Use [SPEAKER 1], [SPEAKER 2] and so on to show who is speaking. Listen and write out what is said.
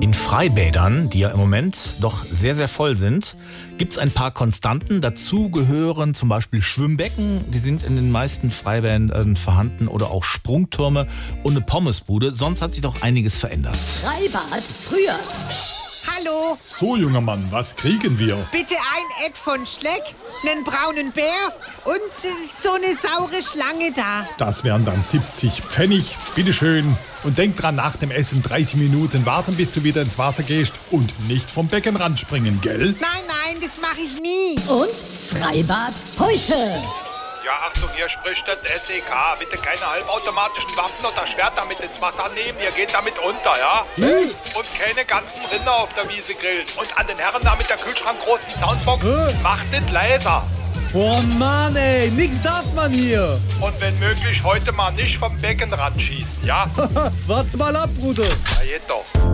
[SPEAKER 1] In Freibädern, die ja im Moment doch sehr, sehr voll sind, gibt es ein paar Konstanten. Dazu gehören zum Beispiel Schwimmbecken, die sind in den meisten Freibädern vorhanden, oder auch Sprungtürme und eine Pommesbude. Sonst hat sich doch einiges verändert.
[SPEAKER 2] Freibad früher.
[SPEAKER 3] Hallo,
[SPEAKER 4] So, junger Mann, was kriegen wir?
[SPEAKER 3] bitte ein Ed von Schleck, nen braunen Bär und äh, so eine saure Schlange da.
[SPEAKER 4] Das wären dann 70 Pfennig. Bitteschön. Und denk dran, nach dem Essen 30 Minuten warten, bis du wieder ins Wasser gehst und nicht vom Beckenrand springen, gell?
[SPEAKER 3] Nein, nein, das mache ich nie.
[SPEAKER 2] Und Freibad heute.
[SPEAKER 5] Ja, Achtung, hier spricht das SEK. Bitte keine halbautomatischen Waffen oder Schwerter mit ins Wasser nehmen. Ihr geht damit unter, ja? Und keine ganzen Rinder auf der Wiese grillen. Und an den Herren da mit der Kühlschrank großen Soundbox. Macht es leiser.
[SPEAKER 6] Oh Mann, ey, nix darf man hier.
[SPEAKER 5] Und wenn möglich, heute mal nicht vom Beckenrand schießt, ja?
[SPEAKER 6] Wart's mal ab, Bruder.
[SPEAKER 5] Na, geht doch.